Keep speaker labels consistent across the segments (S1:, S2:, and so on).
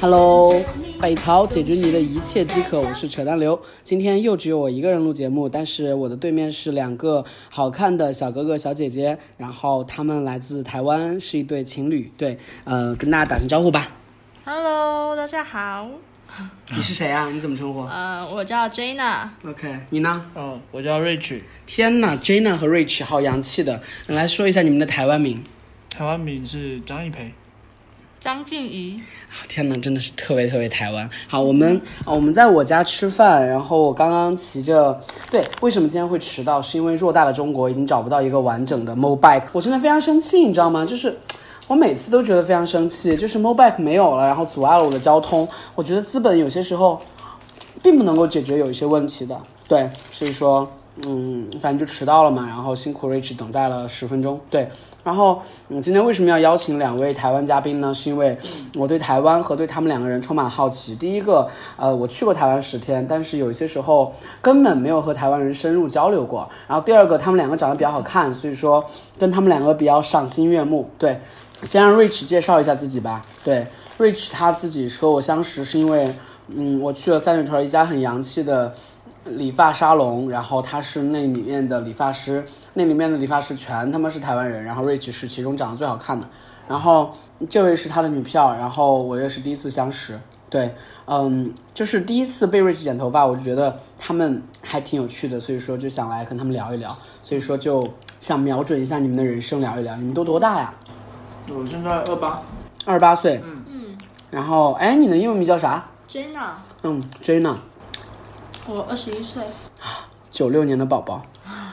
S1: Hello，北曹解决你的一切即可，我是扯淡流。今天又只有我一个人录节目，但是我的对面是两个好看的小哥哥小姐姐，然后他们来自台湾，是一对情侣。对，呃，跟大家打声招呼吧。
S2: Hello，大家好。
S1: 你是谁啊？你怎么称呼
S2: 嗯，我叫 Jana。
S1: ？OK，你呢？
S3: 嗯，我叫 Rich，
S1: 天呐 j e n n a 和 Rich 好洋气的。嗯来说一下你们的台湾名。
S3: 台湾名是张一培。
S2: 张静怡。
S1: 天呐，真的是特别特别台湾。好，我们啊，我们在我家吃饭，然后我刚刚骑着，对，为什么今天会迟到？是因为偌大的中国已经找不到一个完整的 Mobike，我真的非常生气，你知道吗？就是。我每次都觉得非常生气，就是 Mobike 没有了，然后阻碍了我的交通。我觉得资本有些时候并不能够解决有一些问题的，对，所以说，嗯，反正就迟到了嘛，然后辛苦 Rich 等待了十分钟，对，然后，嗯，今天为什么要邀请两位台湾嘉宾呢？是因为我对台湾和对他们两个人充满好奇。第一个，呃，我去过台湾十天，但是有一些时候根本没有和台湾人深入交流过。然后第二个，他们两个长得比较好看，所以说跟他们两个比较赏心悦目。对，先让 Rich 介绍一下自己吧。对，Rich 他自己和我相识是因为，嗯，我去了三里屯一家很洋气的理发沙龙，然后他是那里面的理发师，那里面的理发师全他妈是台湾人，然后 Rich 是其中长得最好看的，然后这位是他的女票，然后我也是第一次相识，对，嗯，就是第一次被 Rich 剪头发，我就觉得他们还挺有趣的，所以说就想来跟他们聊一聊，所以说就想瞄准一下你们的人生聊一聊，你们都多大呀？
S3: 我现在二八。
S1: 二十八岁，
S2: 嗯
S1: 然后哎，你的英文名叫啥？
S2: ，Jana，
S1: 嗯，Jana，
S2: 我二十一岁。
S1: 九六年的宝宝，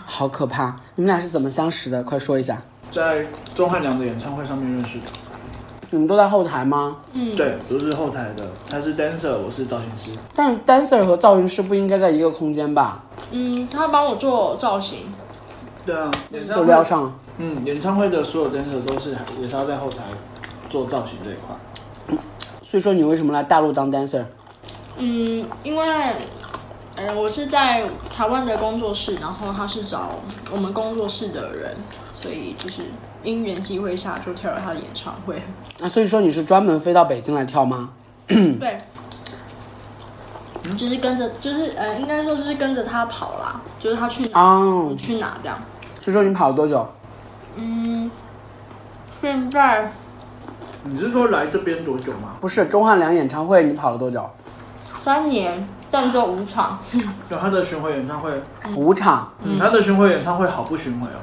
S1: 好可怕！你们俩是怎么相识的？快说一下。
S3: 在钟汉良的演唱会上面认识的。
S1: 你们都在后台吗？
S2: 嗯，
S3: 对，都是后台的，他是 dancer，我是造型师。
S1: 但 dancer 和造型师不应该在一个空间吧？
S2: 嗯，他帮我做造型。
S3: 对啊，演
S1: 就
S3: 唱
S1: 撩
S3: 会，
S1: 上了。
S3: 嗯，演唱会的所有 dancer 都是也是要在后台做造型这一块。
S1: 所以说你为什么来大陆当 dancer？
S2: 嗯，因为，呃，我是在台湾的工作室，然后他是找我们工作室的人，所以就是因缘际会下就跳了他的演唱会。
S1: 啊，所以说你是专门飞到北京来跳吗？
S2: 对。就是跟着，就是呃，应该说就是跟着他跑啦，就是他去哪、
S1: 哦，
S2: 去哪这样。
S1: 所以说你跑了多久？
S2: 嗯，现在
S3: 你是说来这边多久吗？
S1: 不是钟汉良演唱会，你跑了多久？
S2: 三年，但就五场。
S3: 对，他的巡回演唱会，
S1: 五场。
S3: 嗯，他的巡回演唱会好不巡回哦，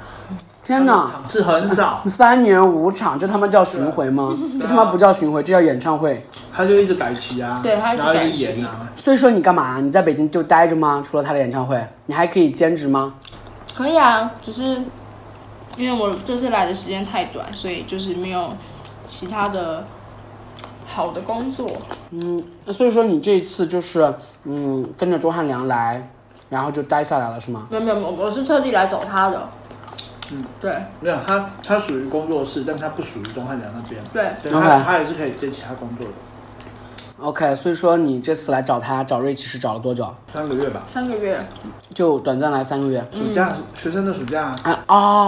S1: 天
S2: 啊
S1: 哪，
S3: 场次很少，
S1: 三年五场，这他妈叫巡回吗？这他妈不叫巡回，这叫演唱会。
S3: 他就一直改期啊，
S2: 对他一直
S3: 然后
S2: 改
S3: 一
S2: 期
S3: 直演啊，
S1: 所以说你干嘛？你在北京就待着吗？除了他的演唱会，你还可以兼职吗？
S2: 可以啊，只是因为我这次来的时间太短，所以就是没有其他的好的工作。
S1: 所以说你这次就是嗯跟着钟汉良来，然后就待下来了是吗？
S2: 没有没有，我我是特地来找他的。嗯，对
S3: 没有他，他属于工作室，但他不属于钟汉良那边。
S2: 对，
S3: 对
S1: OK
S3: 他，他也是可以接其他工作的，
S1: OK，所以说你这次来找他找瑞奇是找了多久？
S3: 三个月吧。
S2: 三个月。
S1: 就短暂来三个月。
S3: 暑假，学生的暑假，
S1: 啊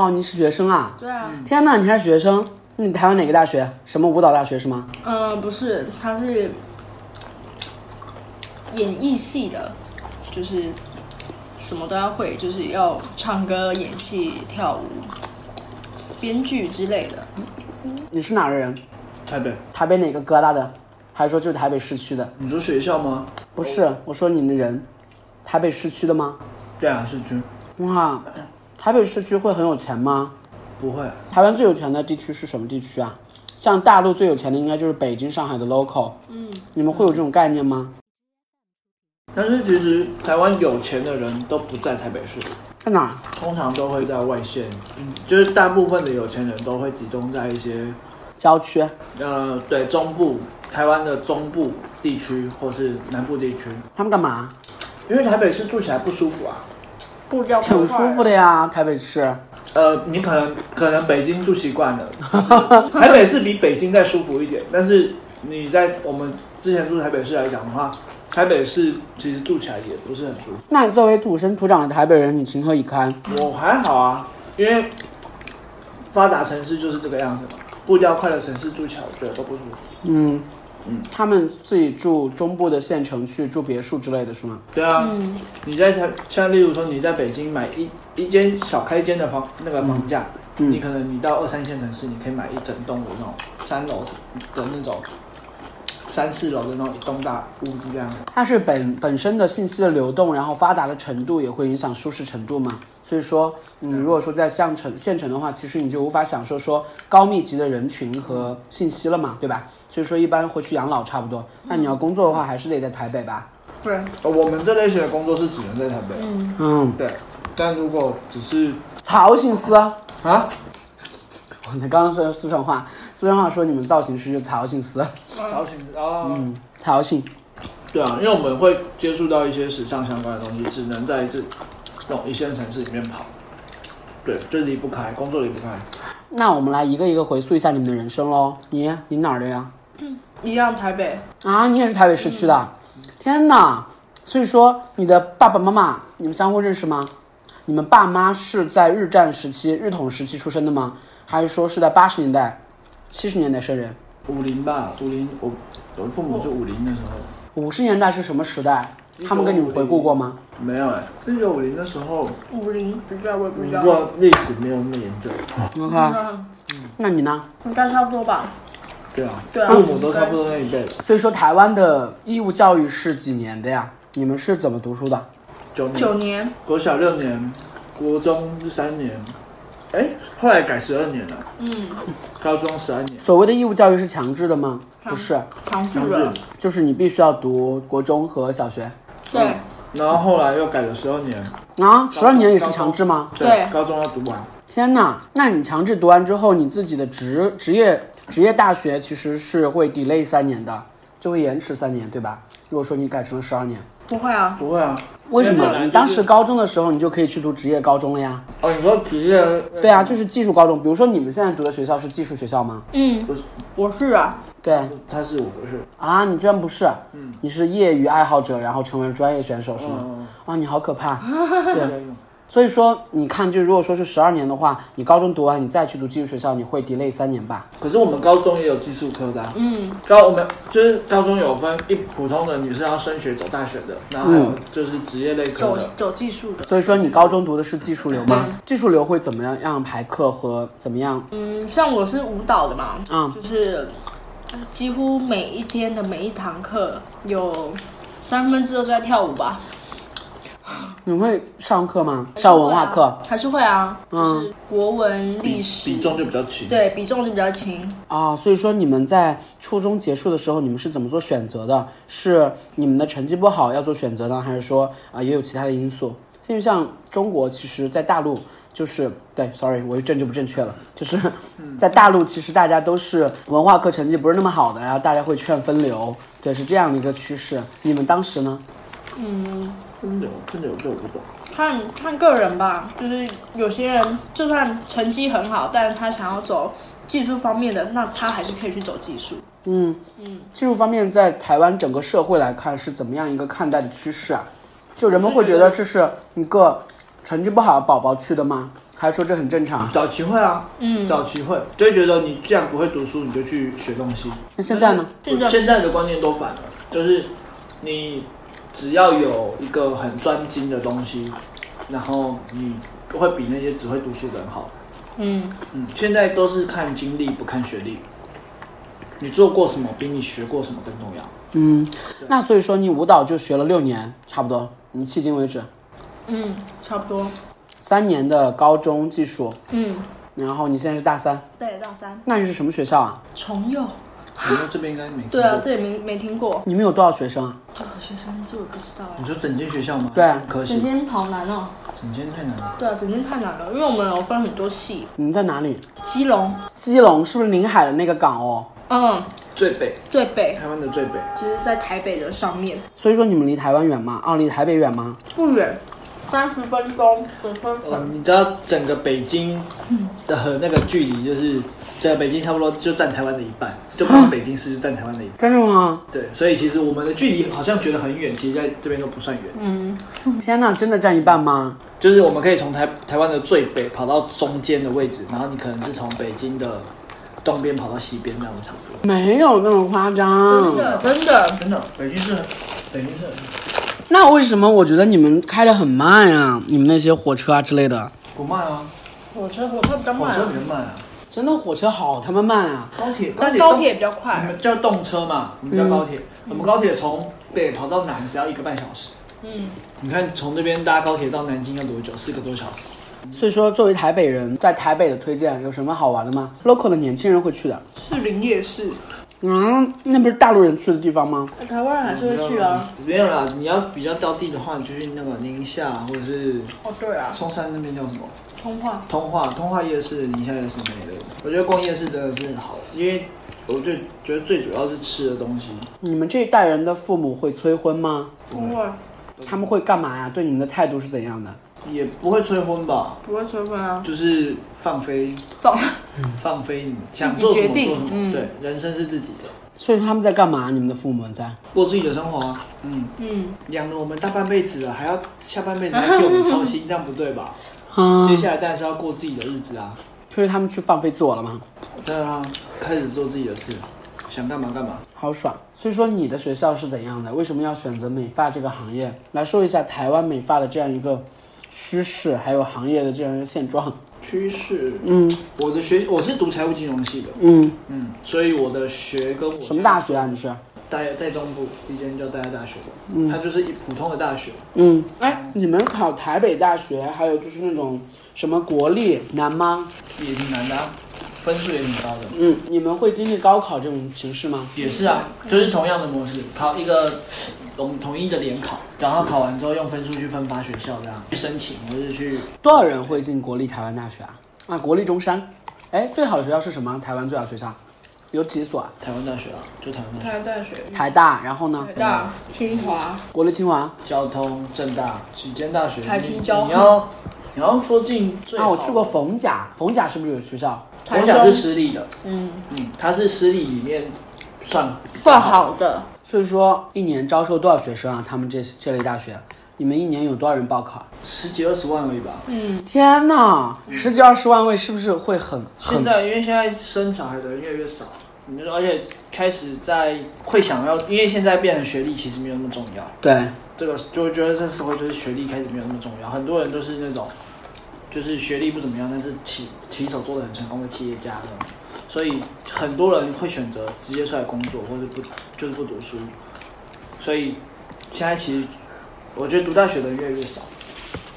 S1: 哦，你是学生啊？
S2: 对啊，
S1: 天呐，你还是学生？你台湾哪个大学？什么舞蹈大学是吗？
S2: 嗯、不是，他是演艺系的，就是什么都要会，就是要唱歌、演戏、跳舞、编剧之类的。
S1: 你是哪儿人？
S3: 台北。
S1: 台北哪个疙瘩的？还是说就是台北市区的？
S3: 你说学校吗？
S1: 不是，我说你们人，台北市区的吗？
S3: 对啊，市区。
S1: 哇，台北市区会很有钱吗？
S3: 不会，
S1: 台湾最有钱的地区是什么地区啊？像大陆最有钱的应该就是北京、上海的 local。
S2: 嗯，
S1: 你们会有这种概念吗？
S3: 但是其实台湾有钱的人都不在台北市，
S1: 在哪儿？
S3: 通常都会在外县，嗯就是大部分的有钱人都会集中在一些，
S1: 郊区？
S3: 呃，对，中部台湾的中部地区或是南部地区，
S1: 他们干嘛？
S3: 因为台北市住起来不舒服啊。
S2: 步调
S1: 挺舒服的
S2: 的。
S1: 呀，台北市。
S3: 呃，你可能可能北京住习惯了，就是台北是比北京再舒服一点，但是你在我们之前住台北市来讲的话，台北市其实住起来也不是很舒服。
S1: 那你作为土生土长的台北人，你情何以堪？
S3: 我还好啊，因为发达城市就是这个样子嘛，步调快的城市住起来我觉得都不舒服。
S1: 嗯，他们自己住中部的县城去住别墅之类的是吗？
S3: 对啊，
S2: 嗯，
S3: 你在台像例如说你在北京买一一间小开间的房那个房价，
S1: 嗯
S3: 你可能你到二三线城市，你可以买一整栋的那种三楼的那种三四楼的那种一栋大屋子这样。
S1: 它是本本身的信息的流动，然后发达的程度也会影响舒适程度嘛。所以说，嗯，如果说在县城县城的话，其实你就无法享受说高密集的人群和信息了嘛，对吧？所以说一般回去养老差不多。那你要工作的话，还是得在台北吧？
S2: 对，
S3: 我们这类型的工作是只能在台北，
S2: 嗯，
S1: 嗯，
S3: 对。但如果只是
S1: 曹心思啊，
S3: 啊，
S1: 我才刚刚说四川话，四川话说你们造型师就曹心思，
S3: 找寻啊，
S1: 嗯，曹姓，
S3: 对啊，因为我们会接触到一些时尚相关的东西，只能在这这种一线城市里面跑。对，这离不开工作离不开。
S1: 那我们来一个一个回溯一下你们的人生喽。你你哪儿的呀？
S2: 一样台北，
S1: 啊，你也是台北市区的，天哪！所以说你的爸爸妈妈，你们相互认识吗？你们爸妈是在日战时期、日统时期出生的吗？还是说是在八十年代、七十年代生人？
S3: 五零吧，五零，我我父母是五零的时候。
S1: 五十年代是什么时代？他们跟你们回顾过吗？
S3: 没有哎、一九五零的时候，
S2: 五零比较我也不知
S3: 你
S2: 道，
S3: 说历史没有那么严重，
S1: OK，
S2: 嗯
S1: 那你呢？
S2: 应该差不多吧？
S3: 对啊，
S2: 对啊
S3: 父母都差不多那一辈的，
S1: 所以说台湾的义务教育是几年的呀？你们是怎么读书的？
S3: 九年，
S2: 九年，
S3: 国小六年，国中是三年，哎、后来改十二年了，
S2: 嗯，
S3: 高中十二年，
S1: 所谓的义务教育是强制的吗？不是，
S2: 强制的，
S1: 就是你必须要读国中和小学
S2: 对
S3: 然后后来又改了十二年，
S1: 啊，十二年也是强制吗？
S2: 对
S3: 高中要读完，
S1: 天呐，那你强制读完之后，你自己的职职业职业大学其实是会 delay 三年的，就会延迟三年，对吧？如果说你改成了十二年，
S2: 不会啊，
S3: 不会啊，
S1: 为什
S3: 因本
S1: 么？
S3: 来就是
S1: 你当时高中的时候，你就可以去读职业高中了呀？
S3: 哦，你说职业，
S1: 对啊，就是技术高中。比如说你们现在读的学校是技术学校吗？
S2: 嗯
S3: 不是，
S2: 我是啊，
S1: 对
S3: 他是我不是，
S1: 啊，你居然不是，
S3: 嗯
S1: 你是业余爱好者，然后成为了专业选手是吗？
S3: 嗯，
S1: 啊，你好可怕。对
S3: 对，
S1: 所以说，你看，就如果说是十二年的话，你高中读完，你再去读技术学校，你会 delay 三年吧？
S3: 可是我们高中也有技术科的啊、
S2: 嗯，
S3: 高我们就是高中有分一普通的，你是要升学走大学的，然后还有就是职业类科
S2: 走
S3: 的。
S2: 走技术的，
S1: 所以说你高中读的是技术流吗？技术流会怎么样样排课和怎么样？
S2: 嗯，像我是舞蹈的嘛，
S1: 嗯
S2: 就是呃几乎每一天的每一堂课有三分之二都在跳舞吧。
S1: 你会上课吗？
S2: 啊
S1: 上文化课？
S2: 还是会啊，就是国文、历史
S3: 比，重就比较轻。
S2: 对比重就比较轻。
S1: 啊、所以说你们在初中结束的时候，你们是怎么做选择的？是你们的成绩不好要做选择呢，还是说啊、也有其他的因素？因为像中国，其实，在大陆就是对，sorry，我又政治不正确了，就是在大陆，其实大家都是文化课成绩不是那么好的，然后大家会劝分流，对，是这样的一个趋势。你们当时呢？
S2: 嗯，
S3: 分流分流这我不懂。
S2: 看看个人吧，就是有些人就算成绩很好，但是他想要走技术方面的，那他还是可以去走技术。
S1: 嗯，技术方面在台湾整个社会来看是怎么样一个看待的趋势啊？就人们会觉得这是一个成绩不好的宝宝去的吗？还是说这很正常？
S3: 早期会啊，
S2: 嗯
S3: 早期会就会觉得你既然不会读书，你就去学东西。
S1: 那现在呢？
S2: 现在
S3: 现在的观念都反了，就是你只要有一个很专精的东西，然后你会比那些只会读书的人好。
S2: 嗯，
S3: 嗯，现在都是看经历不看学历，你做过什么比你学过什么更重要。
S1: 嗯，那所以说你舞蹈就学了六年，差不多，你迄今为止
S2: 嗯，差不多。
S1: 三年的高中技术，
S2: 嗯，
S1: 然后你现在是大三，
S2: 对，大三
S1: 那你是什么学校啊？
S2: 重幼。
S3: 你们这边应该没听
S2: 对啊，
S3: 过
S2: 这也没没听过。
S1: 你们有多少学生啊？
S2: 这个学生这我不知道哎
S3: 你。说整间学校吗？
S1: 对啊
S3: 可
S2: 整
S3: 惜
S2: 间好难哦。
S3: 整间太难了。
S2: 对啊，整间太难了，因为我们有分很多系。
S1: 你们在哪里？
S2: 基隆，
S1: 基隆是不是临海的那个港哦？
S2: 嗯，
S3: 最北，
S2: 最北，
S3: 台湾的最北，
S2: 就是在台北的上面，
S1: 所以说你们离台湾远吗？啊，离台北远吗？
S2: 不远，三十分钟，十分
S3: 呃，
S2: 钟。
S3: 你知道整个北京的
S2: 嗯
S3: 那个距离，就是在北京差不多就占台湾的一半，就不光北京市就占台湾的一半。
S1: 真的吗？
S3: 对，所以其实我们的距离好像觉得很远，其实在这边都不算远。
S2: 嗯，
S1: 天呐，真的占一半吗？
S3: 就是我们可以从台台湾的最北跑到中间的位置，然后你可能是从北京的东边跑到西边那种差不多。
S1: 没有那么夸张
S2: 嗯真。的真的，
S3: 真的，北京是很，北京是很
S1: 那为什么我觉得你们开的很慢啊？你们那些火车啊之类的，
S3: 不慢啊，
S2: 火车火车比较
S3: 火
S2: 慢
S3: 车
S2: 啊，
S3: 比较慢啊，
S1: 真的火车好他妈慢啊！
S3: 高铁高
S2: 但
S3: 铁
S2: 高铁比较
S3: 我
S2: 快，
S3: 们叫动车嘛，我们叫高铁，我们高铁从北跑到南只要一个半小时。
S2: 嗯，
S3: 你看从这边搭高铁到南京要多久？四个多小时。
S1: 所以说，作为台北人，在台北的推荐有什么好玩的吗？local 的年轻人会去的。
S2: 士林夜市，
S1: 嗯，那不是大陆人去的地方吗？
S2: 台湾人还是会去啊。
S3: 没有啦，你要比较到地的话，你就去那个宁夏或者是
S2: 哦，对啊，
S3: 松山那边叫什么？
S2: 通话
S3: 通化，通化夜市、宁夏夜市那一类的。我觉得逛夜市真的是好，因为我就觉得最主要是吃的东西。
S1: 你们这一代人的父母会催婚吗？
S2: 通话
S1: 他们会干嘛呀？对你们的态度是怎样的？
S3: 也不会催婚吧，
S2: 不会催婚啊，
S3: 就是放飞，
S2: 懂
S3: 放飞你想
S2: 自己
S3: 做什
S2: 决
S3: 么
S2: 定
S3: 做什么，
S2: 嗯
S3: 对，人生是自己的，
S1: 所以他们在干嘛？你们的父母在？
S3: 过自己的生活啊，嗯，
S2: 嗯，
S3: 养了我们大半辈子了，还要下半 辈子还替我们操心，这样不对吧？
S1: 啊
S3: 接，下来当然是要过自己的日子啊，
S1: 就是他们去放飞自我了吗？
S3: 对啊，开始做自己的事，想干嘛干嘛。
S1: 好爽！所以说你的学校是怎样的？为什么要选择美发这个行业？来说一下台湾美发的这样一个趋势，还有行业的这样一个现状。
S3: 趋势，
S1: 嗯
S3: 我的学我是读财务金融系的，
S1: 嗯，
S3: 嗯，所以我的学跟我
S1: 什么大学啊？你是？
S3: 在在中部一间叫大家大学的，它就是一普通的大学，
S1: 嗯，哎，你们考台北大学，还有就是那种什么国立难吗？
S3: 也挺难的、啊，分数也挺高的。
S1: 嗯，你们会经历高考这种形式吗？
S3: 也是啊，就是同样的模式，考一个统统一的联考，然后考完之后用分数去分发学校，这样去申请或者去
S1: 多少人会进国立台湾大学啊？啊，国立中山。哎，最好的学校是什么？台湾最好的学校有几所啊？
S3: 台湾大学啊，就台湾啊大
S2: 台
S3: 学，
S2: 大学、
S1: 台大，然后呢
S2: 台？大、嗯清华，
S1: 国立清华。
S3: 交通、政大几间大学，
S2: 台清
S3: 你
S2: 交
S3: 你要你要说进最
S1: 啊，
S3: 好
S1: 我去过，逢甲，逢甲是不是有学校？
S3: 我
S2: 台
S3: 想是
S2: 中，
S3: 私立的，
S2: 嗯，
S3: 嗯，它是私立里面算
S2: 算好的，
S1: 所以说一年招收多少学生啊？他们这这类大学，你们一年有多少人报考？
S3: 十几二十万而已吧。
S2: 嗯，
S1: 天呐，十几二十万位是不是会很
S3: 现
S1: 很？
S3: 在因为现在生小孩的人越来越少，你就说而且开始在会想要，因为现在变成学历其实没有那么重要。
S1: 对，
S3: 这个就会觉得这个社会就是学历开始没有那么重要，很多人都是那种，就是学历不怎么样，但是起起手做的很成功的企业家那种，所以很多人会选择直接出来工作，或者不就是不读书，所以现在其实我觉得读大学的人越来越少，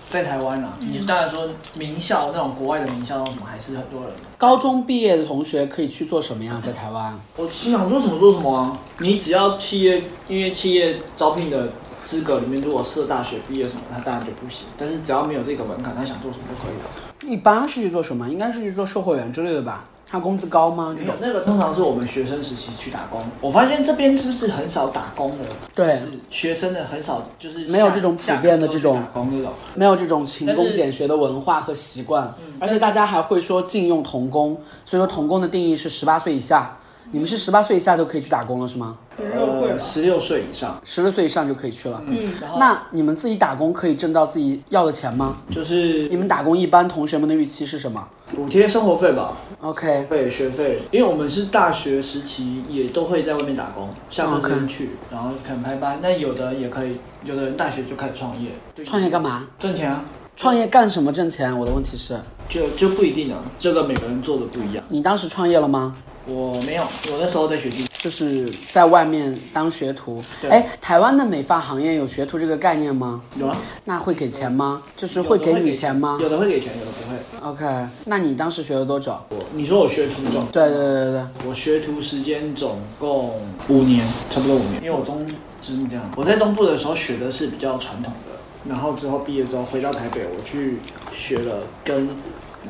S3: 在台湾啊，你当然说名校那种国外的名校那种什么，还是很多人。
S1: 高中毕业的同学可以去做什么呀？在台湾？
S3: 我想做什么做什么啊！你只要企业，因为企业招聘的资格里面，如果是大学毕业什么，那当然就不行。但是只要没有这个门槛，他想做什么都可以了。
S1: 一般是去做什么？应该是去做售货员之类的吧？他工资高吗？这
S3: 没有
S1: 种？
S3: 那个通常是我们学生时期去打工。我发现这边是不是很少打工的？
S1: 对，
S3: 就是学生的很少，就是
S1: 没有这种普遍的这种
S3: 下课之后去打工这种。
S1: 没有这种勤
S3: 但
S1: 工
S3: 是嗯
S1: 俭学的文化和习惯，而且大家还会说禁用童工，所以说童工的定义是十八岁以下。你们是十八岁以下就可以去打工了是吗？
S2: 很肉会吧，
S3: 呃十六岁以上。
S1: 十六岁以上就可以去了。
S2: 嗯，
S3: 然后
S1: 那你们自己打工可以挣到自己要的钱吗？
S3: 就是
S1: 你们打工一般同学们的预期是什么
S3: 补贴生活费吧，
S1: ？OK，
S3: 费学费，因为我们是大学时期也都会在外面打工，下课之后去，然后可能排班。那有的也可以，有的人大学就开始创业，
S1: 创业干嘛？
S3: 赚钱啊，
S1: 创业干什么挣钱？我的问题是，
S3: 就就不一定啊，这个每个人做的不一样。
S1: 你当时创业了吗？
S3: 我没有，我那时候在学弟，
S1: 就是在外面当学徒。
S3: 对
S1: 哎，台湾的美发行业有学徒这个概念吗？
S3: 有啊，
S1: 那会给钱吗？就是
S3: 有的
S1: 会
S3: 会
S1: 给你钱吗
S3: 有的会给钱，有的不会。
S1: ？OK，那你当时学了多久？
S3: 我你说我学徒总，
S1: 对对对对对，
S3: 我学徒时间总共五年，差不多五年，因为我中就是这样，我在中部的时候学的是比较传统的，然后之后毕业之后回到台北，我去学了跟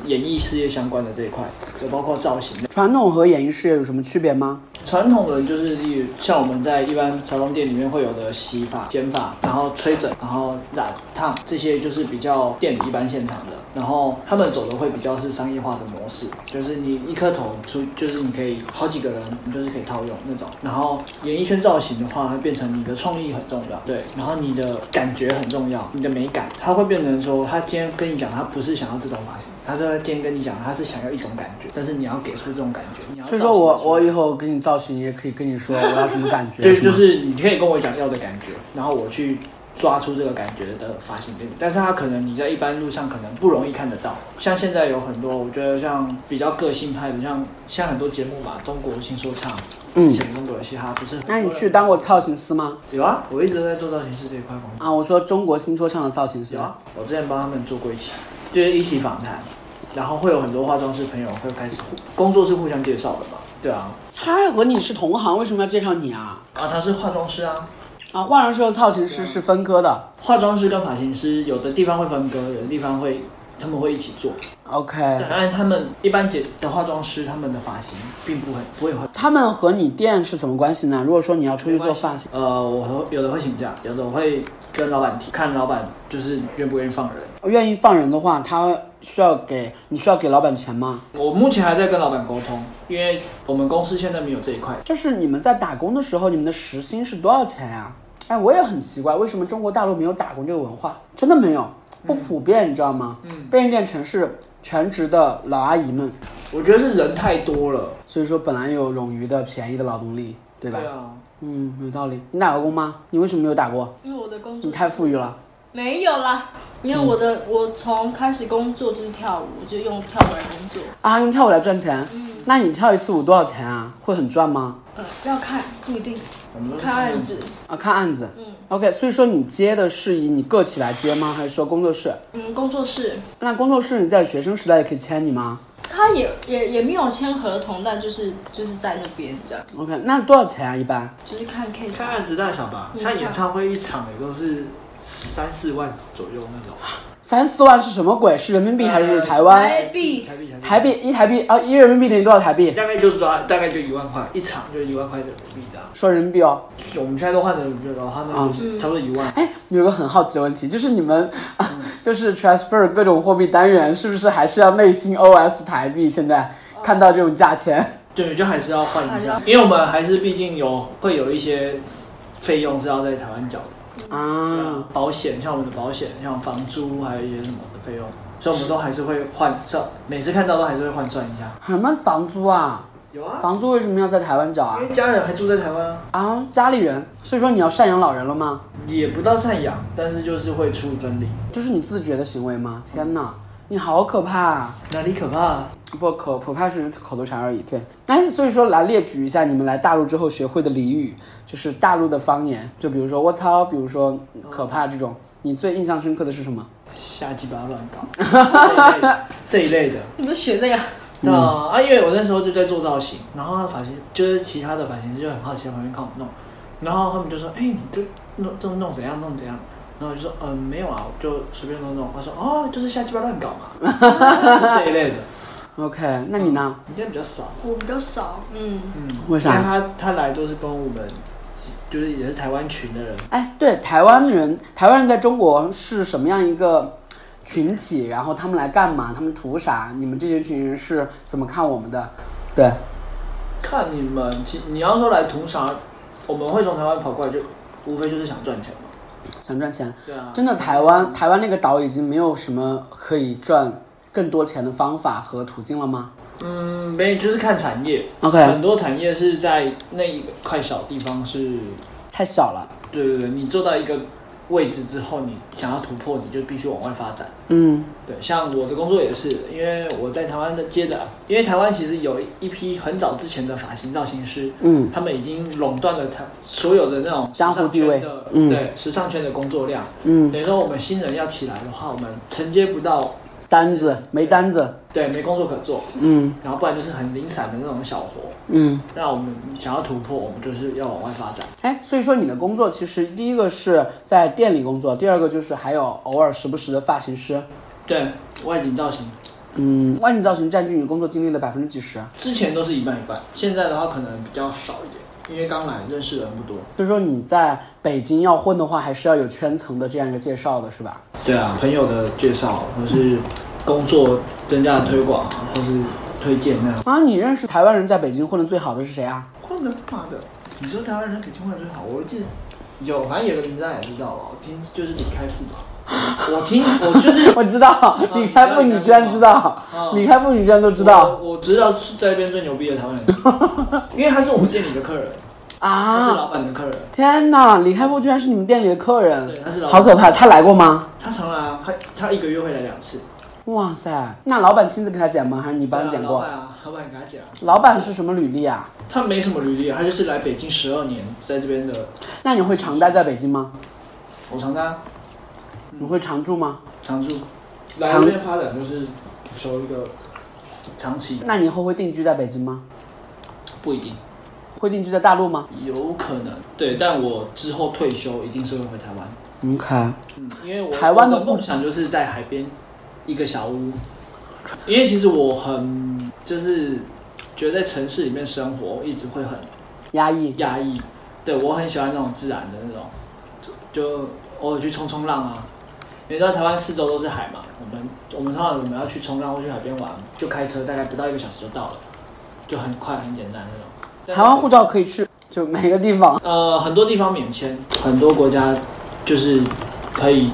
S3: 演艺事业相关的这一块，就包括造型。
S1: 传统和演艺事业有什么区别吗？
S3: 传统的就是例如像我们在一般salon 店里面会有的洗发、剪发，然后吹整，然后染烫，这些就是比较店里一般现场的。然后他们走的会比较是商业化的模式，就是你一颗头出，就是你可以好几个人，你就是可以套用那种。然后演艺圈造型的话，它变成你的创意很重要，对，然后你的感觉很重要，你的美感，它会变成说，他今天跟你讲，他不是想要这种发型。他说今天跟你讲，他是想要一种感觉，但是你要给出这种感觉，你要
S1: 所以说我
S3: 造成
S1: 我以后跟你造型，也可以跟你说我要什么感觉，
S3: 对，就
S1: 吗
S3: 是你可以跟我讲要的感觉，然后我去抓出这个感觉的发型给你。但是它可能你在一般路上可能不容易看得到，像现在有很多，我觉得像比较个性派的，像像很多节目嘛，中国新说唱，
S1: 嗯
S3: 之前中国的嘻哈不是很多
S1: 那
S3: 人？
S1: 你去当过造型师吗？
S3: 有啊，我一直都在做造型师这一块工作。
S1: 啊，我说中国新说唱的造型师
S3: 有，啊，我之前帮他们做过一期，就是一起访谈，然后会有很多化妆师朋友会开始互工作是互相介绍的嘛，对啊，
S1: 他和你是同行，为什么要介绍你啊？
S3: 啊他是化妆师啊，
S1: 啊，化妆师和造型师是分割的。
S3: 化妆师跟发型师有的地方会分割，有的地方会他们会一起做。
S1: OK，
S3: 当然，他们一般姐的化妆师他们的发型并不会不会很。
S1: 他们和你店是怎么关系呢？如果说你要出去做发型，
S3: 呃，我有的会请假，有的我会跟老板提，看老板就是愿不愿意放人。
S1: 愿意放人的话，他需要给你需要给老板钱吗？
S3: 我目前还在跟老板沟通，因为我们公司现在没有这一块。
S1: 就是你们在打工的时候，你们的时薪是多少钱呀、哎，我也很奇怪，为什么中国大陆没有打工这个文化？真的没有，
S3: 嗯
S1: 不普遍，你知道吗？嗯，便利店全是全职的老阿姨们，
S3: 我觉得是人太多了，
S1: 所以说本来有冗余的便宜的劳动力，对吧？
S3: 啊，
S1: 嗯，有道理。你打过工吗？你为什么没有打过？
S2: 因为我的工作
S1: 你太富裕了。
S2: 没有啦，因为我的、
S3: 嗯
S2: 我从开始工作就是跳舞，我就用跳舞来工作。
S1: 啊，用跳舞来赚钱。那你跳一次舞多少钱啊？会很赚吗？
S2: 呃，要看不一定，
S3: 我们都是
S2: 看案子。
S1: 啊，看案子。
S2: 嗯
S1: OK，所以说你接的是以你个体来接吗？还是说工作室？
S2: 嗯，工作室
S1: 那工作室你在学生时代也可以签你吗
S2: 他也也也没有签合同，但就是就是在那边这样，
S1: ？OK，那多少钱啊？一般？
S2: 就是看 case
S4: 看
S2: 啊。
S4: 案子大小吧，
S2: 嗯
S4: 像演唱会一场也都是三四万左右那种。
S1: 三四万是什么鬼？是人民币还是台湾？
S2: 台
S3: 哎
S2: 币
S3: 台币台币
S1: 台币一台币啊，一人民币等于多少台币？
S3: 大概就抓大概就一万块一场，就一万块人民币的啊。
S1: 说人民币哦。
S3: 我们现在都换成人民币了，他们就是
S2: 嗯
S3: 差不多一万。
S1: 哎，有个很好奇的问题，就是你们、啊、就是 transfer 各种货币单元，是不是还是要内心 OS 台币？现在看到这种价钱，
S3: 对，就还是要换
S2: 还
S3: 一
S2: 是
S3: 下
S2: 要，
S3: 因为我们还是毕竟有会有一些费用是要在台湾缴的，
S1: 啊
S3: 对啊，保险像我们的保险，像房租，还有一些什么的费用，所以我们都还是会换算，每次看到都还是会换算一下。
S1: 什么房租啊？
S3: 有啊，
S1: 房租为什么要在台湾找啊
S3: 因？为家人还住在台湾啊，
S1: 啊，家里人，所以说你要赡养老人了吗？
S3: 也不到赡养，但是就是会出分离，
S1: 这是你自觉的行为吗？天哪，你好可怕、啊！
S3: 哪里可怕、啊？
S1: 不可可怕是口头禅而已。对，哎，所以说来列举一下你们来大陆之后学会的俚语，就是大陆的方言，就比如说我操，比如说可怕这种，你最印象深刻的是什么？
S3: 瞎鸡巴乱 搞这一类的这一类的。
S2: 你们学这个？
S1: 嗯
S3: 那、啊，因为我那时候就在做造型，然后发型就是其他的发型师就很好奇在旁边看我弄，然后他们就说：“哎、你这弄这弄怎样弄怎样？”然后我就说：“嗯、没有啊，我就随便弄弄。”他说：“哦，就是瞎鸡巴乱搞嘛， 就这一类的。
S1: OK，那你呢？”
S3: 你现在比较少，
S2: 我比较少，嗯，
S3: 嗯，
S1: 为啥
S3: 因他他来都是跟我们，就是也是台湾群的人，
S1: 哎，对，台湾人，台湾人在中国是什么样一个群体？然后他们来干嘛？他们图啥？你们这些群人是怎么看我们的？对，
S3: 看你们，其你要说来图啥，我们会从台湾跑过来就，无非就是想赚钱嘛。
S1: 想赚钱。
S3: 对啊，
S1: 真的，台湾台湾那个岛已经没有什么可以赚更多钱的方法和途径了吗
S3: 嗯，没，就是看产业。
S1: ？OK，
S3: 很多产业是在那一块小地方是，
S1: 太小了。
S3: 对对对，你做到一个位置之后，你想要突破，你就必须往外发展。
S1: 嗯
S3: 对，像我的工作也是，因为我在台湾的接的，因为台湾其实有一批很早之前的发型造型师，
S1: 嗯，
S3: 他们已经垄断了台所有的那种时
S1: 江湖
S3: 尚
S1: 地
S3: 圈
S1: 位
S3: 的，
S1: 嗯
S3: 对，时尚圈的工作量。
S1: 嗯，
S3: 等于说我们新人要起来的话，我们承接不到，
S1: 单子没单子。
S3: 对，没工作可做，
S1: 嗯
S3: 然后不然就是很零散的那种小活。
S1: 嗯，
S3: 那我们想要突破，我们就是要往外发展。
S1: 哎，所以说你的工作其实第一个是在店里工作，第二个就是还有偶尔时不时的发型师。
S3: 对，外景造型
S1: 嗯，外景造型占据你工作经历的百分之几十？
S3: 之前都是一半一半，现在的话可能比较少一点，因为刚来认识的人不多。
S1: 所以说你在北京要混的话，还是要有圈层的这样一个介绍的，是吧？
S3: 对啊，朋友的介绍，或是工作增加的推广，或是推荐那样。
S1: 啊，你认识台湾人在北京混的最好的是谁 啊？
S3: 混的妈的，你说台湾人肯定混的最好，我记得有，反正有个名字大家也知道吧，我听就是李开复吧。 我听我就是嗯
S1: 我知道，啊你开妇女居然知道，你开妇女居然都知道
S3: 我，我知道是在那边最牛逼的台湾人，因为他是我们店里的客人，他是
S1: 啊！
S3: 老板的客人，
S1: 天哪，李开复居然是你们店里的客
S3: 对，
S1: 人，
S3: 他是老板
S1: 好可怕！他来过吗？
S3: 他常来啊，他他一个月会来两次，
S1: 哇塞，那老板亲自给他剪吗？还是你帮他剪
S3: 对啊老
S1: 过
S3: 板？啊，老板给他讲啊，
S1: 老板是什么履历啊？
S3: 他没什么履历啊，他就是来北京十二年，在这边的，
S1: 那你会常待在北京
S3: 嗯
S1: 吗？
S3: 我常常
S1: 你会常住吗？
S3: 常住，来这边发展就是求一个长期，
S1: 那你以后会定居在北京吗？
S3: 不一定，
S1: 会定居在大陆吗
S3: 有可能，对，但我之后退休一定是会回台湾。
S1: ？OK，
S3: 嗯，因为我
S1: 台湾的
S3: 我的梦想就是在海边一个小屋，因为其实我很就是觉得在城市里面生活一直会很
S1: 压抑。
S3: 压抑，对我很喜欢那种自然的那种，就就偶尔去冲冲浪啊。你知道台湾四周都是海嘛？我们我们通常我们要去冲浪或去海边玩，就开车大概不到一个小时就到了，就很快很简单那种。但
S1: 台湾护照可以去，就每个地方。
S3: 呃，很多地方免签，很多国家就是可以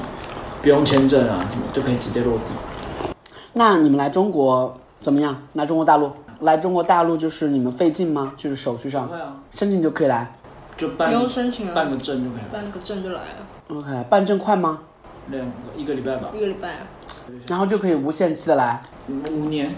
S3: 不用签证啊，什么就可以直接落地。
S1: 那你们来中国怎么样？来中国大陆？来中国大陆就是你们费劲吗？就是手续
S3: 不
S1: 上
S3: 会啊，
S1: 申请就可以来。
S3: 就
S2: 不
S3: 办
S2: 用申请
S3: 办
S2: 啊，
S3: 个证就可以了，
S2: 办个证就来了，
S1: OK，办证快吗？
S3: 两个一个礼拜吧，
S2: 一个礼拜啊。
S1: 然后就可以无限期的来，
S3: 嗯五年。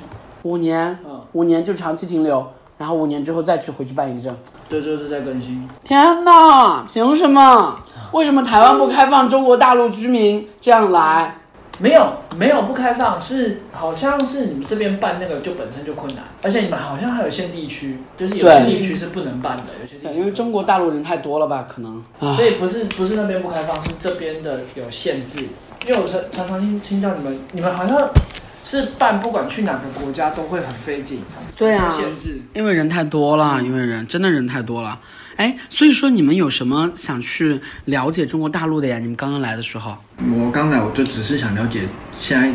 S1: 五年，
S3: 嗯，
S1: 五年就长期停留，然后五年之后再去回去办一个证。
S3: 对，就是在更新。
S1: 天哪，凭什么？为什么台湾不开放中国大陆居民这样来？
S3: 没有没有不开放，是好像是你们这边办那个就本身就困难，而且你们好像还有限地区，就是有些
S1: 对
S3: 地区是不能办的，有些地
S1: 对
S3: 区
S1: 因为中国大陆人太多了吧？可能啊
S3: 所，以不是不是那边不开放，是这边的有限制。因为我常常常听听到你们，你们好像是办不管去哪个国家都会很费劲，
S1: 对啊，
S3: 限制。
S1: 因为人太多了，因为人真的人太多了。哎，所以说你们有什么想去了解中国大陆的呀？你们刚刚来的时候，
S3: 我刚来我就只是想了解现在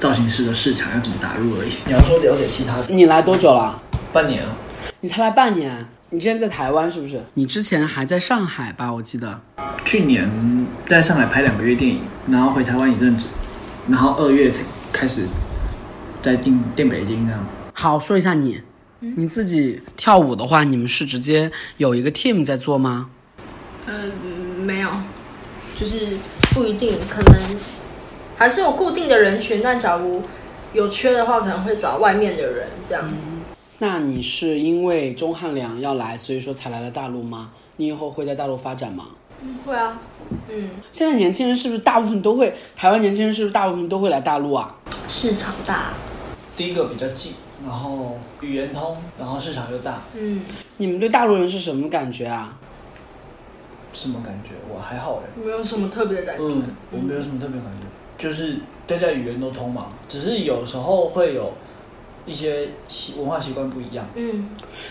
S3: 造型师的市场要怎么打入而已。你要说了解其他的
S1: 你来多久了？
S3: 半年啊，
S1: 你才来半年，你之前在台湾是不是？你之前还在上海吧？我记得。
S3: 去年在上海拍两个月电影，然后回台湾一阵子，然后二月才开始在定定北京这样。
S1: 好，说一下你，你自己跳舞的话，你们是直接有一个 team 在做吗？
S2: 嗯，没有，就是不一定，可能还是有固定的人群，但假如有缺的话，可能会找外面的人这样。
S1: 那你是因为钟汉良要来，所以说才来了大陆吗？你以后会在大陆发展吗？
S2: 会啊，嗯，
S1: 现在年轻人是不是大部分都会？台湾年轻人是不是大部分都会来大陆啊？
S2: 市场大，
S3: 第一个比较近，然后语言通，然后市场又大，
S2: 嗯，
S1: 你们对大陆人是什么感觉啊？
S3: 什么感觉？我还好哎、
S2: 没有什么特别的感觉。
S3: 嗯，我没有什么特别感觉，就是大家语言都通嘛，只是有时候会有一些习文化习惯不一样，
S2: 嗯，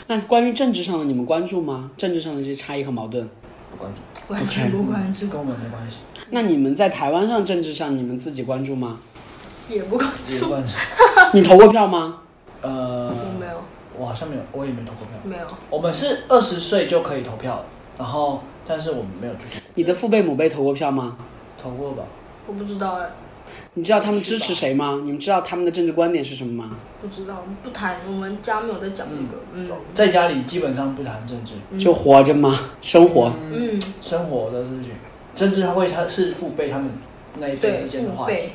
S1: 那关于政治上的，你们关注吗？政治上的一些差异和矛盾？
S3: 不关注，
S2: 完全不关注
S3: 跟我们没关系，
S1: 那你们在台湾上政治上，你们自己关注吗？
S2: 也不关
S3: 也
S2: 注
S3: 不。 关系。
S1: 你投过票吗？
S3: 呃，
S2: 我没有，
S3: 我好像没有，我也没投过票。
S2: 没有，
S3: 我们是二十岁就可以投票了，然后但是我们没有去
S1: 你的父辈母辈投过票吗？
S3: 投过吧？
S2: 我不知道哎、
S1: 你知道他们支持谁吗？你们知道他们的政治观点是什么吗？
S2: 不知道，不谈，我们家没有在讲这个。嗯
S3: 在家里基本上不谈政治，
S2: 嗯
S1: 就活着嘛，生活。
S2: 嗯，
S3: 生活的事情，政治它会它是父辈他们那一辈
S2: 对，
S3: 之间的
S2: 父
S3: 话题，
S2: 辈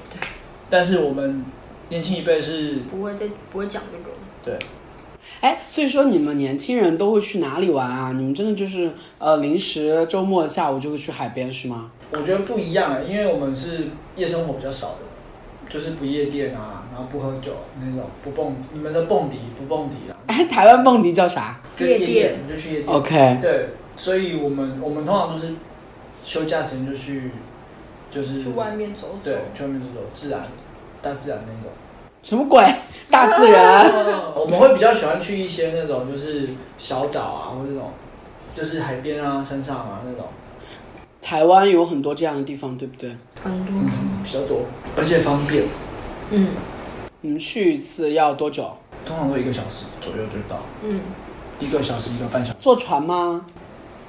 S3: 但是我们年轻一辈是
S2: 不会再不会讲这个。
S3: 对。
S1: 哎，所以说你们年轻人都会去哪里玩啊？你们真的就是呃，临时周末下午就会去海边是吗？
S3: 我觉得不一样啊，因为我们是夜生活比较少的，就是不夜店啊，然后不喝酒那种，不蹦，你们的蹦迪不蹦迪啊，
S1: 哎，台湾蹦迪叫啥
S3: 就夜
S2: 夜店
S3: 你就去夜店。
S1: ？OK，
S3: 对，所以我们我们通常都是休假时间就去，就是
S2: 去外面走走
S3: 对，去外面走走，自然大自然那种。
S1: 什么鬼？大自然。
S3: 我们会比较喜欢去一些那种就是小岛啊，或者那种就是海边啊、山上啊那种，
S1: 台湾有很多这样的地方，对不对？
S2: 很多，
S3: 比较多，而且方便，
S2: 嗯
S1: 你们去一次要多久？
S3: 通常都一个小时左右就到，
S2: 嗯，
S3: 一个小时一个半小时，
S1: 坐船吗？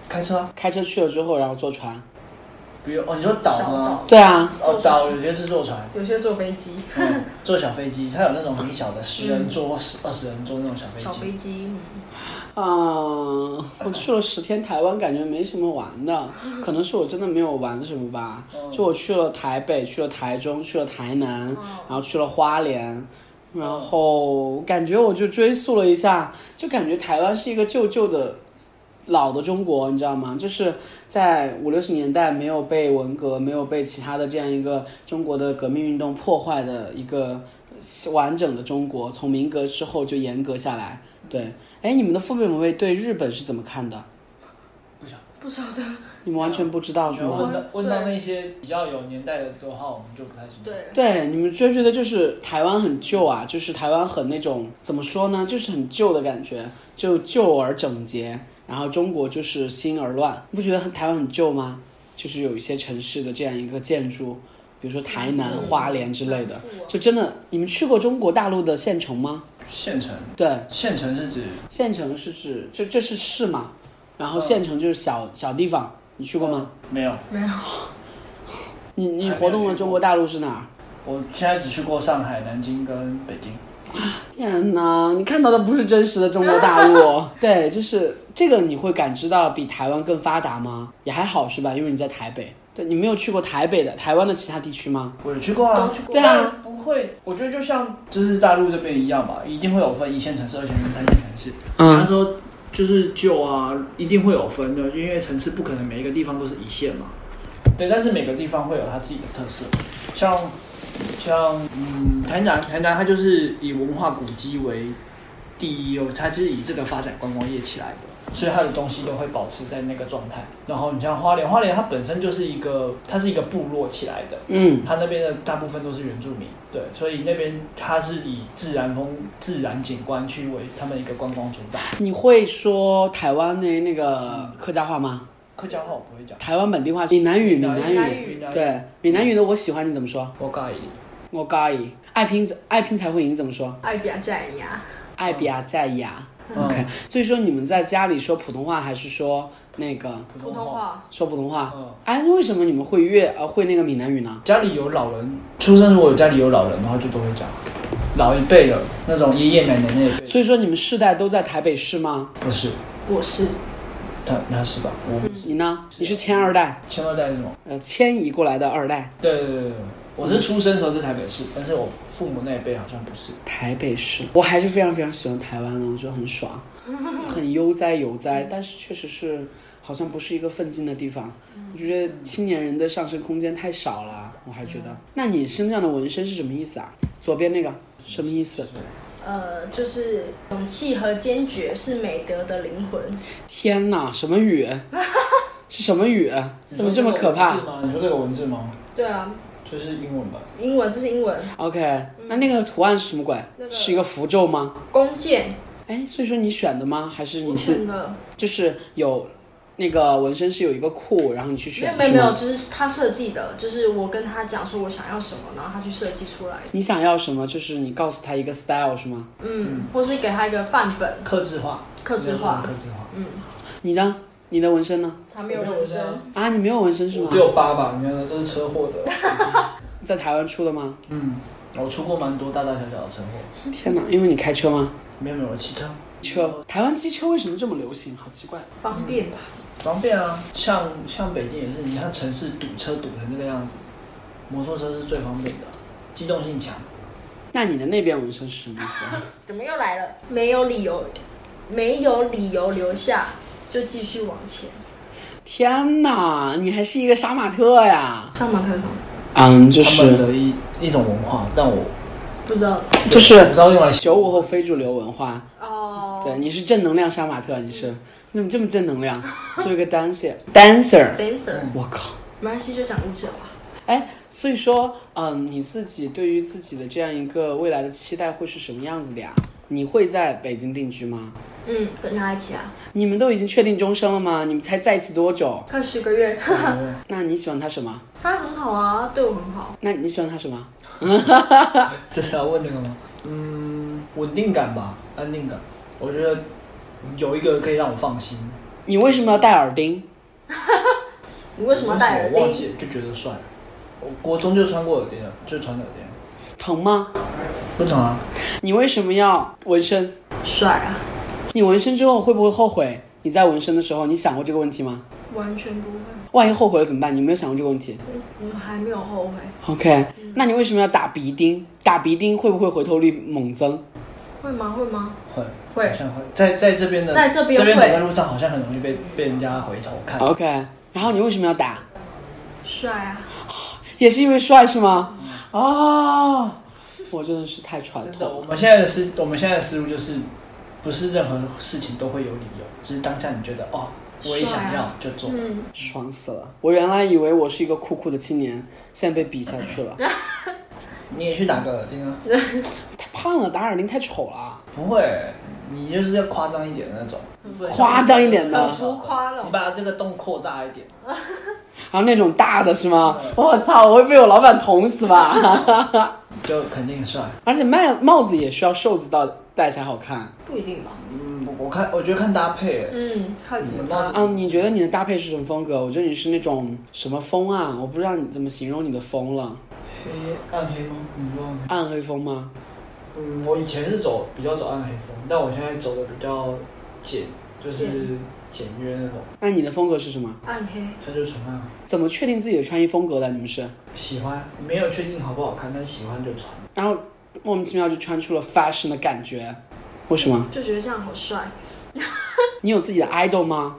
S3: 开车啊，
S1: 开车去了之后，然后坐船。
S3: 比如哦，你说岛
S2: 小
S3: 吗？
S2: 岛
S1: 对啊，
S3: 哦，岛有些是坐船，
S2: 有些坐飞机，
S3: 嗯、坐小飞机，它有那种很小的十人桌、十二十人桌那种小飞
S2: 小
S3: 机。
S2: 飞机，
S1: 嗯，我去了十天台湾，感觉没什么玩的，可能是我真的没有玩什么吧。就我去了台北，去了台中，去了台南，然后去了花莲，然后感觉我就追溯了一下，就感觉台湾是一个旧旧的。老的中国，你知道吗？就是在五六十年代没有被文革、没有被其他的这样一个中国的革命运动破坏的一个完整的中国，从民革之后就严格下来。对，哎，你们的父辈母辈对日本是怎么看的？
S2: 不晓得，
S1: 你们完全不知道是
S3: 然
S1: 吗？
S3: 后问到问到那些比较有年代的周号，我们就不太
S1: 嗯
S3: 清楚。
S2: 对，
S1: 对，你们就觉得就是台湾很旧啊，就是台湾很那种怎么说呢，就是很旧的感觉，就旧而整洁。然后中国就是新而乱，你不觉得很台湾很旧吗？就是有一些城市的这样一个建筑，比如说台南、花莲之类的，就真的。你们去过中国大陆的县城吗？
S3: 县城，
S1: 对，
S3: 县城是指
S1: 县城是指就这是市嘛，然后县城就是小小地方。你去过吗？
S3: 没有，
S1: 你你
S3: 嗯还没有
S1: 活动
S3: 去
S1: 了
S3: 过
S1: 中国大陆是哪儿？
S3: 我现在只去过上海、南京跟北京。
S1: 天呐，你看到的不是真实的中国大陆，对，就是这个你会感知到比台湾更发达吗？也还好是吧，因为你在台北，对你没有去过台北的台湾的其他地区吗？
S3: 我有去过啊
S2: 都去，过
S1: 对啊，
S3: 但不会，我觉得就像就是大陆这边一样吧，一定会有分一线城市、二线城市、三线城市。他
S1: 嗯，
S3: 说就是旧啊，一定会有分的，因为城市不可能每一个地方都是一线嘛。对，但是每个地方会有它自己的特色，像像嗯，台南，台南它就是以文化古迹为第一哦，它就是以这个发展观光业起来的，所以它的东西都会保持在那个状态。然后你像花莲，花莲它本身就是一个，它是一个部落起来的，
S1: 嗯，
S3: 它那边的大部分都是原住民，对，所以那边它是以自然风、自然景观区为他们一个观光主打。
S1: 你会说台湾的那个客家话吗？
S3: 客家话我不会讲，
S1: 台湾本地话，闽南语，闽南
S2: 闽南
S1: 语，
S2: 语
S3: 闽南语，
S1: 对，闽南语的我喜欢，你怎么说？
S3: 我介意。
S1: 我高一，爱拼爱拼才会赢，怎么说？
S2: 爱比亚战牙，
S1: 爱比亚在呀。
S3: 嗯
S1: OK，所以说你们在家里说普通话还是说那个
S2: 普通。话，
S1: 说普通话？
S3: 嗯，
S1: 哎，那为什么你们会粤呃会那个闽南语呢？
S3: 家里有老人，出生如果有家里有老人的话，就都会讲。老一辈的那种爷爷奶奶那一辈，
S1: 所以说你们世代都在台北市吗？
S3: 不是
S2: 我是
S3: 他，他是吧？我
S1: 你呢？你是千二代，
S3: 千万代是什么？
S1: 呃，迁移过来的二代。
S3: 对对对对，对我是出生的时候是台北市，但是我父母那一辈好像不是。
S1: 台北市，我还是非常非常喜欢台湾的，我觉得很 爽，很悠哉悠哉，但是确实是好像不是一个奋进的地方。
S3: 嗯
S1: 我觉得青年人的上升空间太少了，我还觉得。
S3: 嗯
S1: 那你身上的纹身是什么意思啊？左边那个什么意思？
S2: 呃，就是勇气和坚决是美德的灵魂。
S1: 天哪，什么 雨？是什么雨？怎么这么可怕
S3: 你说这个文字吗？你说这个
S2: 对
S3: 文字吗？
S2: 啊，
S3: 就是英文吧？
S2: 英文这是英文，
S1: ？OK，那那个图案是什么鬼？
S2: 嗯那个
S1: 是一个符咒吗？
S2: 弓箭，
S1: 哎，所以说你选的吗？还是你
S2: 我
S1: 自
S2: 选的，
S1: 就是有那个纹身是有一个库，然后你去
S2: 没有
S1: 选
S2: 没有
S1: 是
S2: 没有，
S1: 吗？
S2: 就是他设计的，就是我跟他讲说我想要什么，然后他去设计出来，
S1: 你想要什么？就是你告诉他一个 style 是吗？
S2: 嗯，或是给他一个范本，
S3: 克制化，
S2: 克制化嗯
S3: 克，制化。
S1: 你呢？你的纹身呢？
S2: 他没有人生，
S1: 啊，你没有纹身是吗
S3: 我只？有八吧，你看这是车祸 的。
S1: 在台湾出的吗？
S3: 嗯，我出过蛮多大大小小的车祸。
S1: 天哪，因为你开车吗？
S3: 没有没有，我骑车
S1: 车，台湾机车为什么这么流行？好奇怪。
S2: 方便吧，
S3: 方便啊，像像北京也是，你看城市堵车堵成这个样子，摩托车是最方便的，机动性强。
S1: 那你的那边纹身是什么意思 啊？
S2: 怎么又来了？没有理由，没有理由留下，就继续往前。
S1: 天哪，你还是一个杀马特呀！
S2: 上马特什么？
S1: 嗯，就
S3: 他们
S1: 是
S3: 的一一种文化，但我
S2: 不知道
S1: 就
S3: 我
S1: 是
S3: 不知道用来
S1: 九 五后非主流文化，
S2: 哦。
S1: 对，你是正能量杀马特，你是你怎么这么正能量？做一个 dancer dancer，
S2: ，dancer，
S1: 我靠！
S2: 没关系，就讲舞啊者吧。
S1: 哎，所以说，嗯，你自己对于自己的这样一个未来的期待会是什么样子的呀？你会在北京定居吗？
S2: 嗯，跟他一起啊，
S1: 你们都已经确定终身了吗？你们才在一起多久？
S2: 快十个月，
S1: 那你喜欢他什么？
S2: 他很好啊，对我很好。
S1: 那你喜欢他什么？
S3: 这是要问那个吗？嗯，稳定感吧，安定感。我觉得有一个可以让我放心，
S1: 你为什么要戴耳钉？
S2: 你为什么戴耳
S3: 我忘
S2: 钉？
S3: 记就觉得帅。我国中就穿过耳钉了，就穿耳钉，
S1: 疼吗？
S3: 不疼啊。
S1: 你为什么要纹身？
S2: 帅啊，
S1: 你纹身之后会不会后悔？你在纹身的时候，你想过这个问题吗？
S2: 完全不会，
S1: 万一后悔了怎么办？你有没有想过这个问题
S2: 嗯，还没有后悔，
S1: ？OK，那你为什么要打鼻钉？打鼻钉会不会回头率猛增？
S2: 会吗？会吗？
S3: 会，
S2: 会
S3: 好像会，在在这边的，
S2: 在这边
S3: 这边走
S2: 会
S3: 在路上好像很容易被被人家回头看。
S1: OK，然后你为什么要打？
S2: 帅啊，
S1: 也是因为帅是吗？啊，我真的是太传
S3: 嗯真的，
S1: 统
S3: 我
S1: 了。
S3: 们现在的思，我们现在的思路就是，不是任何事情都会有理由，只是当下你觉得哦，我也想
S2: 帅
S3: 要
S2: 啊
S3: 就
S4: 哦
S3: 做。
S2: 嗯，
S1: 爽死了！我原来以为我是一个酷酷的青年，现在被比下去了。
S3: 你也去打个耳钉啊？
S1: 太胖了，打耳钉太丑了。
S3: 不会，你就是要夸张一点的那种，
S1: 夸张一点的
S2: 很浮嗯夸了
S3: 你把这个洞扩大一点。
S1: 然后那种大的是吗？
S3: 嗯
S1: 我操，我会被我老板捅死吧！
S3: 就肯定帅。
S1: 而且帽帽子也需要袖子到戴才好看。
S2: 不一定吧？
S3: 嗯，我我看我觉得看搭配欸，
S2: 嗯，看怎么
S3: 你帽
S2: 搭
S3: 子。
S1: 嗯，你觉得你的搭配是什么风格？我觉得你是那种什么风啊？我不知道你怎么形容你的风了，
S4: 黑暗黑吗？你说暗黑？
S1: 暗黑风吗？
S4: 嗯，我以前是走比较走暗黑风，但我现在走的比较简，就是简约那种，
S1: 那你的风格是什么？
S2: 暗黑，
S4: 它就是纯暗黑。
S1: 怎么确定自己的穿衣风格的？你们是？
S4: 喜欢没有确定好不好看，但喜欢就穿。
S1: 然后莫名其妙就穿出了 fashion 的感觉，为什么？
S2: 就觉得这样好帅。
S1: 你有自己的 idol 吗？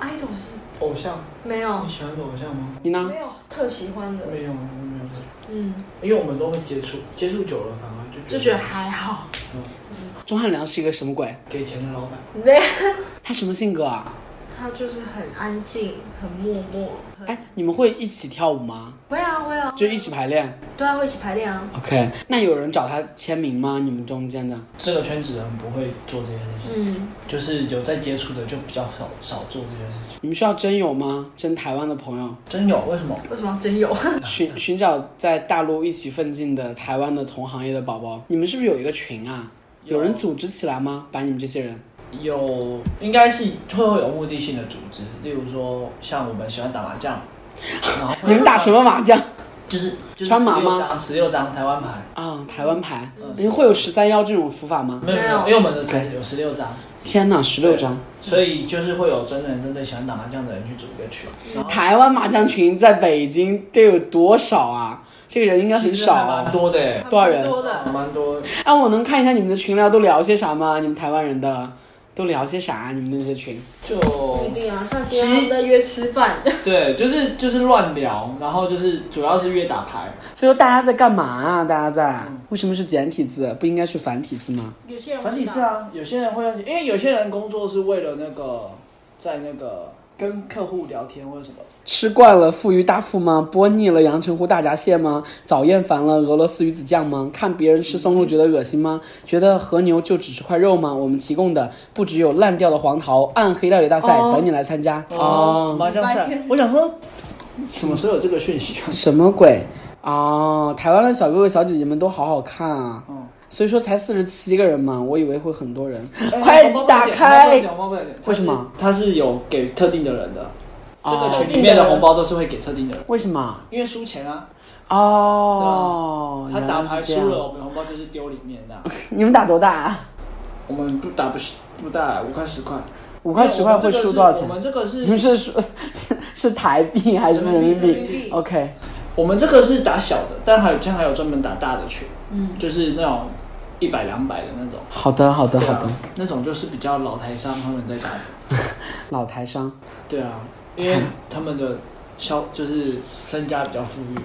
S2: idol 是
S4: 偶像，
S2: 没有
S4: 你，喜欢的偶像吗？
S1: 你呢？
S2: 没有特喜欢的，
S4: 没有，我没有，
S2: 嗯，
S4: 因为我们都会接触，接触久了反而就
S2: 就觉
S4: 觉
S2: 得还好。
S1: 钟汉良是一个什么鬼？
S4: 给钱的老板。
S2: 对，
S1: 他什么性格啊？
S2: 他就是很安静，很默默。很
S1: 哎，你们会一起跳舞吗？
S2: 会啊会啊，
S1: 就一起排练
S2: 对啊，会一起排练啊。
S1: ？OK，那有人找他签名吗？你们中间的？
S3: 这个圈子人不会做这些事情，
S2: 嗯，
S3: 就是有在接触的就比较少少做这些事情。
S1: 你们需要真友吗？真台湾的朋友，
S3: 真有为什么？
S2: 为什么真 有？
S1: 寻寻找在大陆一起奋进的台湾的同行业的宝宝，你们是不是有一个群啊？有人组织起来吗？把你们这些人？
S3: 有，应该是会有目的性的组织，例如说像我们喜欢打麻 将，然后
S1: 你们打什么麻将
S3: 就是就是
S1: 川麻
S3: 16
S1: 吗
S3: 张十六张台湾牌，
S1: 啊？台湾牌，
S3: 嗯
S1: 你们会有十三幺这种服法吗？
S3: 没有没有，因为我们的台有十六张，
S1: 天哪，十六张！
S3: 所以就是会有真人针对喜欢打麻将的人去组一个群，然后
S1: 台湾麻将群在北京得有多少啊？这个人应该很少
S3: 其实还蛮
S1: 啊。
S3: 多的欸，
S1: 多少人
S2: 蛮多的，
S4: 蛮多，
S1: 啊，我能看一下你们的群聊都聊些啥吗？你们台湾人的都聊些啥、啊你们的那些群
S3: 就
S2: 不一定啊。像今天他们在约吃饭，
S4: 对，就是就是乱聊，然后就是主要是约打牌，
S1: 所以说大家在干嘛啊？大家在
S3: 嗯
S1: 为什么是简体字？不应该是繁体字吗？
S2: 有些人
S3: 繁体字啊，有些人会用，因为有些人工作是为了那个在那个跟客户聊天或者什么，
S1: 吃惯了富鱼大腹吗？播腻了阳澄湖大闸蟹吗？早厌烦了俄罗斯鱼子酱吗？看别人吃松露觉得恶心吗？觉得和牛就只是块肉吗？我们提供的不只有烂掉的黄桃，暗黑料理大赛、
S2: 哦
S1: 等你来参加
S3: 哦，麻将
S2: 白
S3: 赛
S2: 天，
S3: 我想说什么时候有这个讯息啊？
S1: 什么鬼？哦，台湾的小哥哥小姐姐们都好好看啊，
S3: 嗯
S1: 所以说才四十七个人嘛，我以为会很多人。
S4: 哎
S1: 快打开！
S4: 猫不能点
S1: 为什么？
S4: 它是有给特定的人的，这个
S1: 哦
S4: 群里面的红包都是会给特定的人，
S1: 为什么？
S3: 因为输钱啊，
S1: 哦，
S4: 啊他
S1: 原
S4: 打
S1: 来是
S4: 牌
S1: 这
S4: 输
S1: 样。
S4: 了，我们红包就是丢里面的。
S1: 你们打多大、啊？
S4: 我们不打不不打五块十块，
S1: 五块十块会输多少钱
S3: 我？们这个是
S1: 你们是输是台币还是人民
S2: 人民
S1: 币
S2: 币
S1: ？OK，
S3: 我们这个是打小的，但还有像还有专门打大的群，
S2: 嗯，
S3: 就是那种一百两百的那种。
S1: 好的，好的，
S3: 对
S1: 好
S3: 啊
S1: 的。，
S3: 那种就是比较老台商他们在打的。
S1: 老台商，
S3: 对啊，因为他们的消 就是身家比较富裕吧。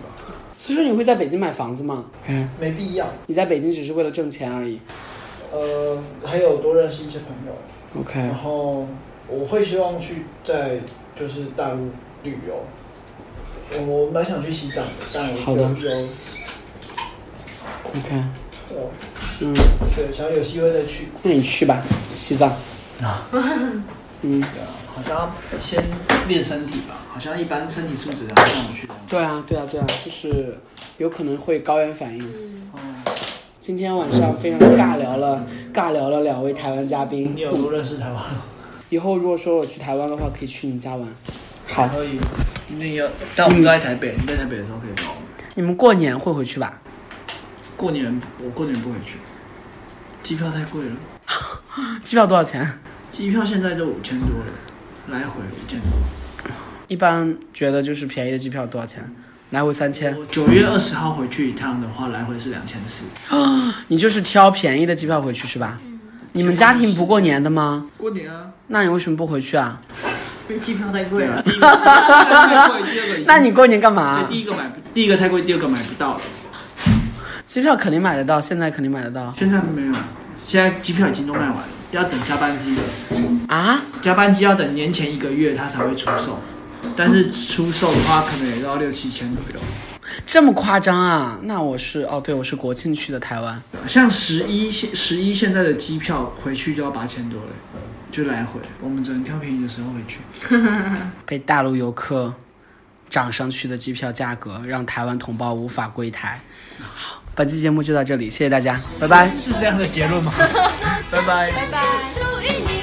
S1: 所以说你会在北京买房子吗？OK，
S4: 没必要。
S1: 你在北京只是为了挣钱而已。
S4: 呃，还有多认识一些朋友，
S3: 嗯
S1: OK，
S4: 然后我会希望去在就是大陆旅游。我蛮想去西藏的，但我
S1: 好的
S4: 有有
S1: OK，
S4: 有
S1: 嗯，
S4: 呃对，想有机会再去。
S1: 那你去吧，西藏。
S3: 啊，
S1: 嗯，
S3: 对啊，好像先练身体吧，好像一般身体素质还上不去。
S1: 对啊，对啊，对啊，就是有可能会高原反应。
S2: 嗯，
S1: 今天晚上非常尬聊了，尬聊了两位台湾嘉宾
S3: 你。有多认识台湾？
S1: 以后如果说我去台湾的话，可以去你们家玩。好，
S3: 可以。你有，但我们都在台北，你在台北的时候可以找我。
S1: 你们过年会回去吧？
S3: 过年我过年不回去，机票太贵了，
S1: 机票多少钱？
S3: 机票现在都五千多了，来回五千多。
S1: 一般觉得就是便宜的机票多少钱？来回三千，
S3: 我九月二十号回去一趟的话，来回是两千四。
S1: 你就是挑便宜的机票回去是吧？你们家庭不过年的吗？
S3: 过年啊，
S1: 那你为什么不回去啊？
S2: 因为机票太贵
S3: 对啊，
S2: 了。
S3: 第一个 太贵，第二个已经
S1: 那你过年干
S3: 对
S1: 嘛？
S3: 第一个买不，第一个太贵，第二个买不到了。
S1: 机票肯定买得到，现在肯定买得到
S3: 现在没有，现在机票已经都卖完了，要等加班机了。
S1: 啊！
S3: 加班机要等年前一个月它才会出售，但是出售的话可能也要六七千左右。
S1: 这么夸张啊？那我是哦，对，我是国庆去的台湾，
S3: 像十一现十一现在的机票回去就要八千多了，就来回，我们只能挑便宜的时候回去。
S1: 被大陆游客涨上去的机票价格，让台湾同胞无法归台。好，本期节目就到这里，谢谢大家，拜拜。
S3: 是这样的结论吗？拜拜。
S5: 属于你。